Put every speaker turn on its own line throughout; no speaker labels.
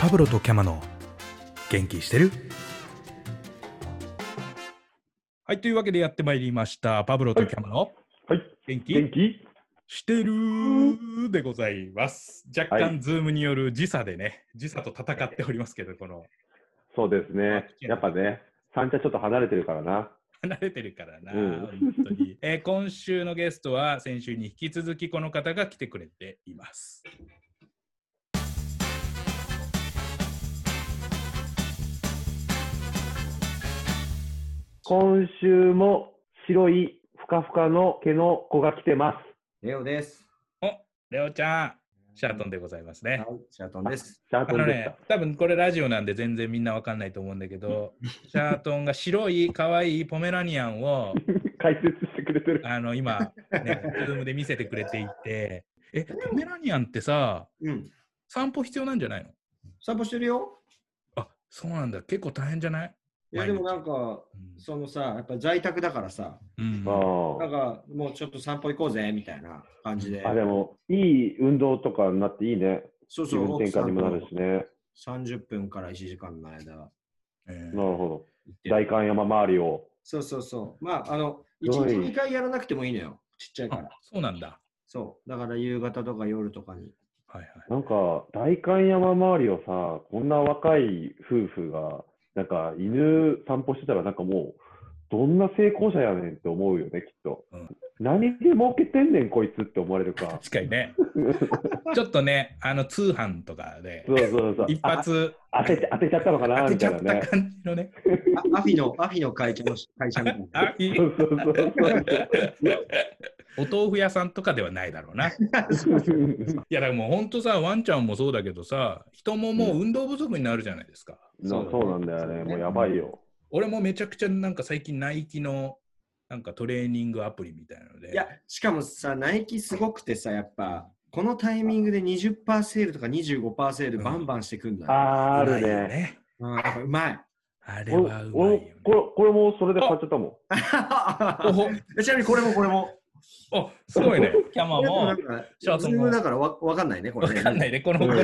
パブロとキャマの元気してるはいというわけでやってまいりましたパブロとキャマの
はい、
元気
元気
してるでございます若
は
干
い
ズームによる時差でね時差と戦っておりますけどこの
そうですね。やっぱね、三茶ちょっと離れてるからな。
離れてるからな、
うん
本当に、えー今週のゲストは先週に引き続きこの方が来てくれています。
今週も白いふかふかの毛の子が来てま
レオです。
レオちゃん、シャートンでございます
はい
ね。、
シャートンです。
す。シャー
あ
トン
の
でした
ね。、多分これラジオなんで全然みんなわかんないと思うんだけど、シャートンが白い可愛いポメラニアンを
解説してくれてる。
あの今、ね、ズームで見せてくれていて、え、ポメラニアンってさ、
うん。
散歩必要なんじゃないの
散歩してるよ。
あ、そうなんだ。結構大変じゃない
いや、でもなんか、そのさ、やっぱ在宅だからさ、
うん。
あ
なんかもうちょっと散歩行こうぜみたいな感じで
あ。あ、、でも、いい運動とかになっていいね。
そう
気
そう、
分転換にもなるしね。
三十分から一時間の間行
えー
なるほ
って
ど。
る
代官山周りを。
そうそうそう。まあ、あの、一
どう
日
いう
二回やらなくてもいいのよ。ちっちゃいか
あ
ら。
そうなんだ。
そう。だから夕方とか夜とかに。
はいはい。
なんか、代官山周りをさ、こんな若い夫婦が、なんか、犬散歩してたら、なんかもう、どんな成功者やねんって思うよね、きっと。
うん
何で儲けてんねん、こいつって思われるか。
確かにね。ちょっとね、あの通販とかで
そうそうそう。
一
あ
発
当てち当てちゃったのかな、
当て
み
ち
た
ゃ
いな
った
ね。
感じのね。
あアフィの、アフィの会社の会社みたいな。
あいい
そうそうそう
お豆腐屋さんとかではないだろうな。い
そう。
やだからもうほんとさ、ワンちゃんもそうだけどさ、人ももう運動不足になるじゃないですか。
そうそうなんだよね、もうやばいよ。
俺もめちゃくちゃなんか最近ナイキのなんかトレーニングアプリみたいなので。
いや、しかもさ、ナイキすごくてさ、やっぱ、このタイミングで20%セールとか25%セールバンバンしてくんだ、よ
あーある
うまいよ
ね。
ね。
うんやっぱうまい。
あれ
俺
はうまいよね
俺。これこれもそれで買っちゃったもん。
おほ
ちなみにこれもこれも。
おすごいね。キャマも
これもなんか
シャート
ズ
ンも
ームだからわわかんないね、これ
わ
ね。。
かんないいね。このこの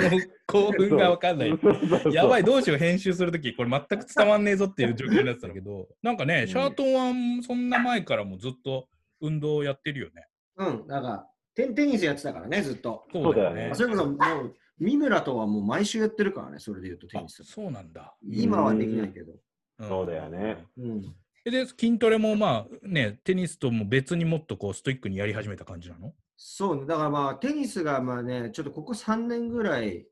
興奮がわかんない。
そうそう
やば
い。
い、どうしよう、編集するとき、これ全く伝わんねえぞっていう状況になってたんだけど、なんかね、シャートンはそんな前からもずっと運動をやってるよね。
うん、なんか、テテニスやってたからね、ずっと。
そうだよ
そうだよ
ね
ね。
それこそ、もう、三村とはもう毎週やってるからね、それで言うとテ
あ
ニス。
そうなんだ。
今はできないけど。
ん
そうだよね。
うん。
で、筋トレもまあね、テニスとも別にもっとこうストイックにやり始めた感じなの
そうね、だからまあ、テニスがまあね、ちょっとここ3年ぐらい、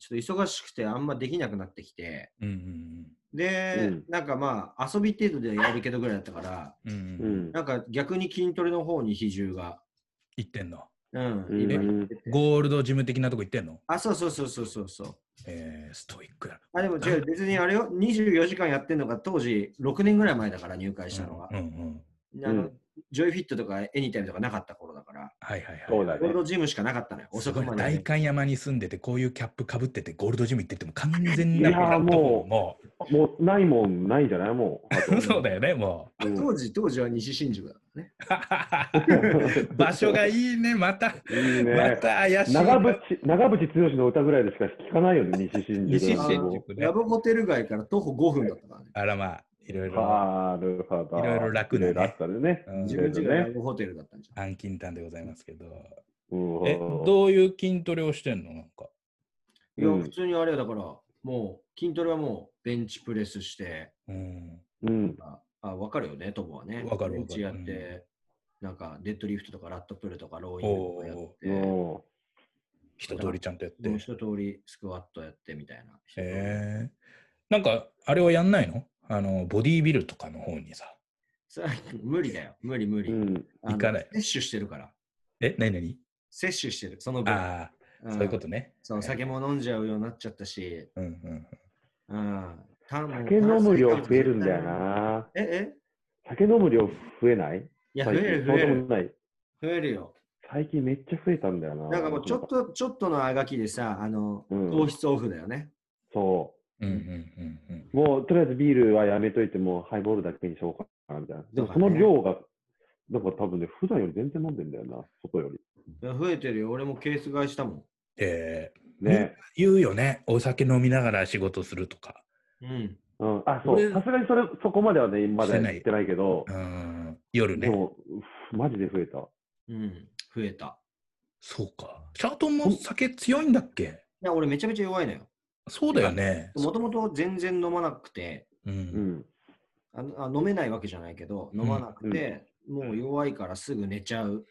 ちょっと忙しくて、あんまできなくなってきて、
うんうん
で、
うん
なんかまあ遊び程度でやるけどぐらいだったから、
うん。うん
う
うん。
ん。
なんか逆に筋トレの方に比重が。
行ってんの。
うん。
うん
今行ってて
ゴールドジム的なとこ行ってんの。
あ、そうそうそうそうそうそう。
えー、ストイックやな。
あ、でも違う、別にあれよ、24時間やってんのが当時6年ぐらい前だから入会したのが。
うんうん。
あ
う
のジョイフィットとかエニタイムとかなかった頃だから、
はいはいはい。
そうだ
ゴール
ね。
ドジムしかなかったのよ、遅くまで。
大観山に住んでて、こういうキャップかぶってて、ゴールドジム行ってても完全な。
いやーも
も
うもうないもんないんじゃないもう。
う、 そうだよね、もう。
うん
当時、当時は西新宿だからね。
場所がいいね、また、
いい
ま
ね。
た怪しい。
長渕長渕剛の歌ぐらいでしか聞かないよね、西新宿。
西
あ
新
の
宿ね
ラ。ブホテル街から徒歩5分だったからね。
あらまあ、いろいろ
なるほど。
いろいろ楽だね
いろいろあったね。
うん
自
いろいろ
分ちがラ
ね。
ブホテルだったんじゃん。
暗金炭でございますけど。
うん
え、どういう筋トレをしてんのなんか。
いや、
うん
普通にあれだから、もう筋トレはもうベンチプレスして、
うん。
うん。
あ、あわかるよね、トモはね。
わかるわかる
ベンチやって、なんかデッドリフトとかラットプルとかローイングとかやっ
う
て、
ん
人通りちゃんとやって
もう。一通りスクワットやってみたいな。
へえ。なんか、あれはやんないのあの、ボディービルとかの方にさ。
さ無理だよ、無理無理。
うん。
あの
行かない
摂取してるから。
え、なになに
摂取してる、その分。
ああ、
ん
そういうことね。
そう酒も飲んじゃうようになっちゃったし、
うんうん
うん。
酒
酒
飲む量増えるんだよ。な。
え、え
酒飲む量増えない
いや、増
最
え
近
る
そう
増え
で
る。
もない。
増えるよ。
最近めっちゃ増えたんだよな。
なんかもうちょっと、ちょっとのあがきでさ、あの、
うん
糖質オフだよね。
そ
うん。うんうんうんうん。
う。もうとりあえずビールはやめといて、もうハイボールだけにしようかな、みたいな。でもその量が、なんか多分ね、普段より全然飲んでんだよな、外より。
いや増えてるよ。俺もケース買いしたもん。
えー、
ね。
言うよね。お酒飲みながら仕事するとか。
うん。
うん、あ、そ
俺
う。さすがにそれ、そこまではね、まだ
してない
行ってないけど
う、ん。夜
で
ね。
も、ふマジで増えた。
うん。増えた。
そうか。シャートンも酒強いんだっけ
いや、俺めちゃめちゃ弱いのよ。
そうだよね。
もともと全然飲まなくて
う。
うんん。
あのあ、飲めないわけじゃないけど、飲まなくて、もう弱いからすぐ寝ちゃう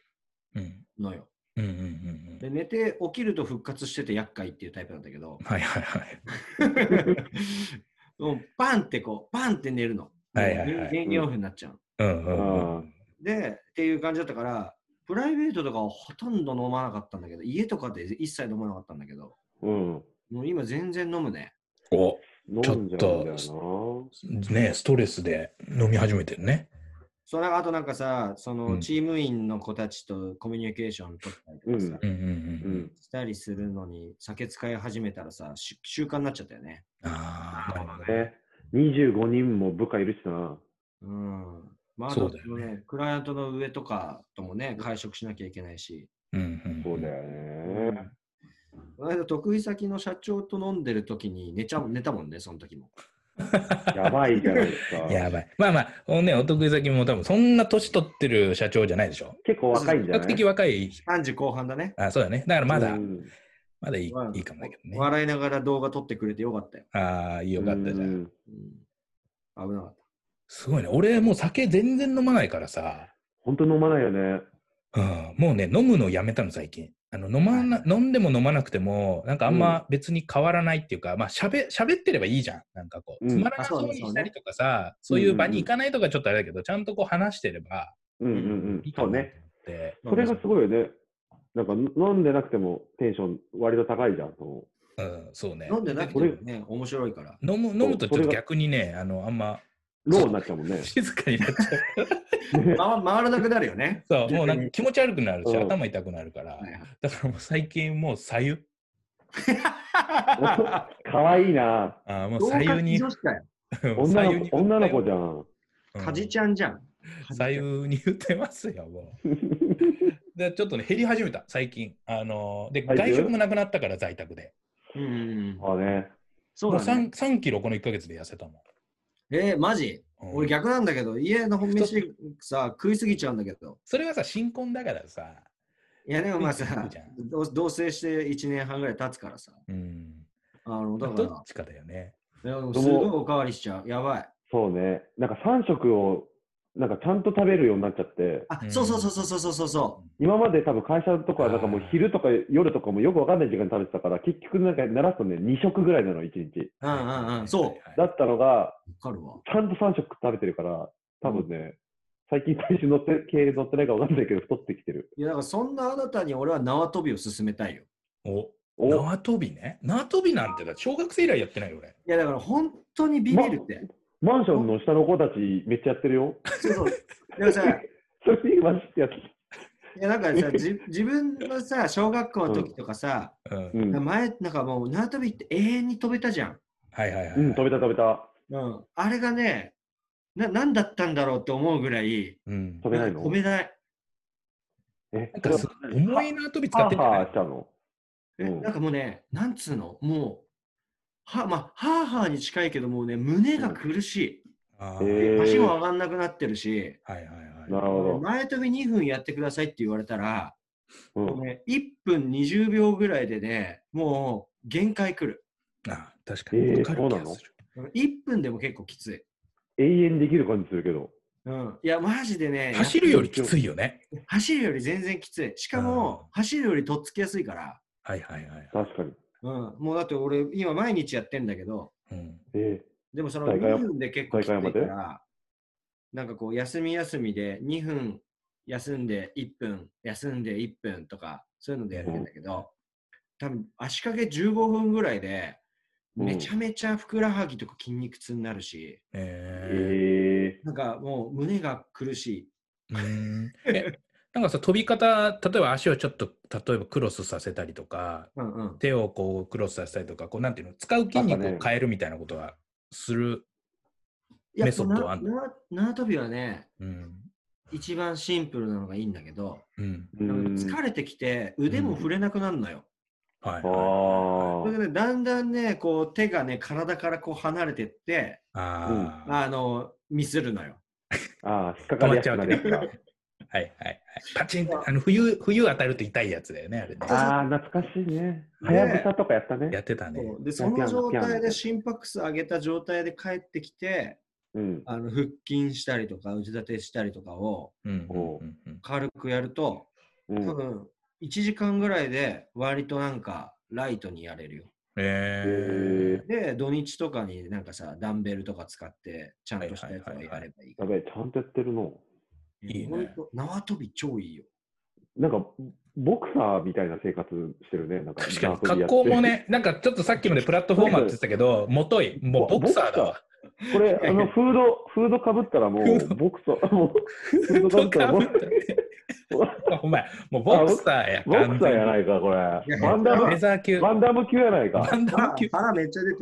うん。
のよ。
うんうんうんう
で、
ん。
寝て起きると復活してて厄介っていうタイプなんだけ ど、
はいはいはい。
もうバンってこう、バンって寝るの。
はいはいはい
電源オフになっちゃう。
うんうんうん。
で、っていう感じだったから、プライベートとかはほとんど飲まなかったんだけど、家とかで一切飲まなかったんだけど、
うん。
もう今全然飲むね。
お
飲んじゃうんだ
ち
よ
ねストレスで飲み始めてるね。
そうなんかあとなんかさ、そうの
ん
チーム員の子たちとコミュニケーション取ったりと
うん
かさ、
うん
な。
う
うんん。
したりするのに、酒使い始めたらさ、し習慣になっちゃったよね。
うん。ああ、なるほどね。
ね。25人も部下いるしな。
うん。まあ、あ
そ
と
うだよね
ね、クライアントの上とかともね、会食しなきゃいけないし、
うんうん。
そうだよね。
この間、得意先の社長と飲んでる時に寝ちゃ寝たもんね、その時も。
やばいじゃないですか。
や ばい。まあまあ、ほんね、お得意先も多分そんな年取ってる社長じゃないでしょ。
結構若いん
比
じゃな
較
い
的若い。
30後半だね。
あそうだね。だからまだ、
うん
まだいい
まあ
いいかもだけどね。
笑いながら動画撮ってくれてよかったよ。
ああ、よかったじゃ。
うんん
うん、危なかっ
すごいね。俺、もう酒全然飲まないからさ、
本当飲まないよね。
うん、もうね、飲むのやめたの、最近。あの飲まな飲んでも飲まなくても、なんかあんま別に変わらないっていうか、まあしゃべってればいいじゃん。なんかこう、
うん
つまらなそうにしたりとかさ、そういう場に行かないとかちょっとあれだけど、ちゃんとこう話してれば
うんうんうん
いい。か
そう
なと思
ね。
って。
た。
それがす
い。
ごいよね。なんか飲んでなくてもテンション割と高いじゃん。そ
うん、そうね。
飲んでなくてもね、面白いから。
飲む飲むとちょっと逆にね、あのあんま
うローになっちゃうもんね。
静かになっちゃう。
回回らなくなる よね。
そう、もうなんか気持ち悪くなるし、
うん
頭痛くなるから。
はいはい
だからもう最近もう左右。
かわいいな。
あーもう
同
左
化
右に
女子だよ。
女の子女の子じゃん。
カジちゃんじゃん。
うん左右に言ってますよ、も う。で、ちょっとね、減り始めた、最近。あのーで、
体重
外食もなくなったから、在宅で。
うんうんうん。
あね。
そう
もう
だね。
3, 3キロ、この1ヶ月で痩せたもん。
えー、マジ
うん
俺逆なんだけど、家の本飯さ、食いすぎちゃうんだけど。
それはさ、新婚だからさ。
いやでもまあ
食
さ
いすぎちゃう、
同同棲して1年半ぐらい経つからさ。
うん。
あの、だから
どっ、ちかだよね。
いやでもすごいおかわりしちゃう。やばい。
そうね。なんか3食をなんかちゃんと食べるようになっちゃって、
あ
う、ん
そうそうそうそうそうそうそう。
今まで多分会社とかはなんかもう昼とか夜とかもよくわかんない時間に食べてたから、結局なんか鳴らすとね、2食ぐらいなの、1日。
うんうんうん。そう。わ
だったのが、
かるわ。
ちゃんと3食食べてるから、多分ね、最近体重乗って、経営乗ってないかわかんないけど、太ってきてる。
いや、だからそんなあなたに俺は縄跳びを勧めたいよ。
お
お
縄跳びね。縄跳びなんてだ、小学生以来やってないよ、俺。
いや、だから本当にビビるって。
マンションの下の子たちめっちゃやってるよ。
そうそう。でもさ、い
それにマジでやって
や、なんかさ、じ自分のさ、小学校の時とかさ、
うん
る。うん。うん、
前、なんかもう縄跳びって永遠に飛べたじゃん。
はいはいはい。
食べた食べた。
うん。あれがね、な、なんだったんだろうって思うぐらい、
うん
飛べないの
飛べない。
え
な、んかす重い縄跳び使ってんじゃ
ハ
な
ーハ
い
ーしたの。
え、
うん
なんかもうね、なんつうの、もう、は、まあ、ハーハーに近いけど、もうね、胸が苦し
あ
え
ー
い。
ー
足も上がんなくなってるし、
はいはい
な
は
るほ
前跳び2分やってくださいって言われたら、
ど。うん。
ね、1分20秒ぐらいでね、もう限界くる。
い。あー確かに。
えー
わかる気が
そうなの
する
1分でも結構きつい。
永遠できる感じするけど。
うん、いや、マジでね、
走るよりきついよね。
やっぱ走るより全然きつい。しか
うん
も、走るよりとっつきやすいから、
はいはいはい。
確かに。
うん、もうだって俺、今毎日やってんだけど、
うん
え
でもその
大会
2分で結構きついか
大会
ら、なんかこう、休み休みで2分休んで1分、休んで1分とか、そういうのでやってんだけど、多分足掛け15分ぐらいで、
うん
めちゃめちゃふくらはぎとか筋肉痛になるし、
ー、
え
え
なんかもう胸が苦しい。
ーうーんえなんかさ飛び方例えば足をちょっと例えばクロスさせたりとか
うんうん。
手をこうクロスさせたりとかこうなんていうの使う筋肉を変えるみたいなことはする、
いや
メソッドはあんの
なな縄跳びはね、
うん
一番シンプルなのがいいんだけど、
うん、
ー。うん
疲れてきて腕も振れなくなるのよ。
はい。
あ
それでね、だんだんね、こう手がね、体からこう離れてって、
ああ。
あの、ミスるのよ。
あ、ああ、引っかかりやすくなるやつだ。
はいはいはい。パチンって、あの冬、冬当たると痛いやつだよね、あれね。
ああ、懐かしいね。はやぶさとかやったね。
やってたね。
で、その状態で心拍数上げた状態で帰ってきて、
うん。
あの腹筋したりとか、腕立てしたりとかを
うんうん
おう
うんうん
軽くやると、
う
多
ん。
分1時間ぐらいで割となんかライトにやれるよ。
えー。
で、土日とかになんかさ、ダンベルとか使って、ちゃんとしたやつをやればいいか
やべえ、ちゃんとやってるの。
ら。
いいね
ほんと縄跳び超いいよ。
なんか、ボクサーみたいな生活してるね。なんか、
確かに
縄跳びや
格
って
好も。ね、なんかちょっとさっきまでプラットフォーマーって言ってたけど、もとい、もうボクサーだわ。
これ、あの、フード、フードかぶったらも
フー
う、ボクサー、もう、フー
と
ドかぶったら
か
ボ
ぶ
ク
っ
サ
たねお前、もうボクサーや。
ー、ボクサーや
い。
ないか、これ。
いや
バンダ
レ
ム、
ザー級。
バンダム級やないか。
バンダム級。
腹めっちゃ出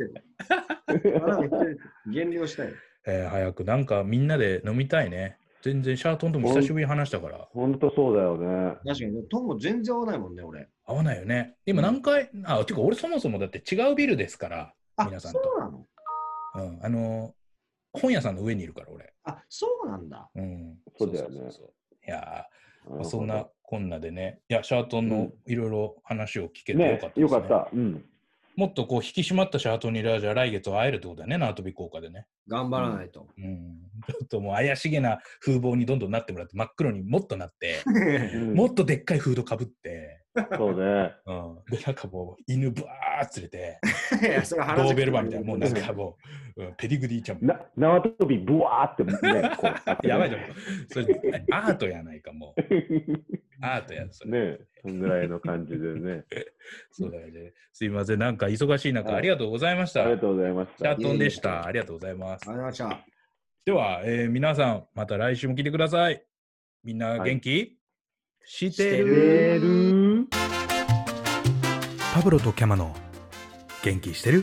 てる。腹めっちゃ出てる。減量したい。
えー、早く、なんかみんなで飲みたいね。全然シャートンとも久しぶりに話したから。
ほんとそうだよね。
確かに、トンも全然合わないもんね、俺。
合わないよね。今何回、あ、てか俺そもそもだって違うビルですから、
あ、
皆さん
そ
と
うなの
うん、あのー本屋さんの上にいるから俺。
あ、そうなんだ。
うん。
そうだよね
そうそうそういや
なる
ー、
ほど
そんな。こんなでね、いや、シャートン
う
の
ん
いろいろ話を聞けてよかった
ね
で、す、ね
よかった。うん。
もっとこう引き締まったシャートンにいるじゃ来月は会えるってことだね、縄跳び効果でね。
頑張らないと。
うん。ちょっともう怪しげな風貌にどんどんなってもらって、真っ黒にもっとなって、
うん
もっとでっかいフードかぶって、
そうね。
うん。で、なんかもう犬ぶわー連れて、
いやそれ
ド
原宿
ーベルバーみたいな、もうなんかもう、うんペディグディちゃんみたい
な縄跳び、ブワーってね、こう、あってね
な。やばいじゃん。それ、アートやないか、もう。アートや、それ。
ねそんぐらいの感じで ね。
そうだよね。すいません、なんか忙しい中、
はい
ありがとうございまし
あ
た。
りが
チ
とうございまし
ャ
た
ー。トンでし
いえい
た。
え
ありがとうございます
あ。りがとうございました。
では、えー皆さん、また来週も聞いてください。みんな元気、して
してる
る
メール
パブロとキャマの元気してる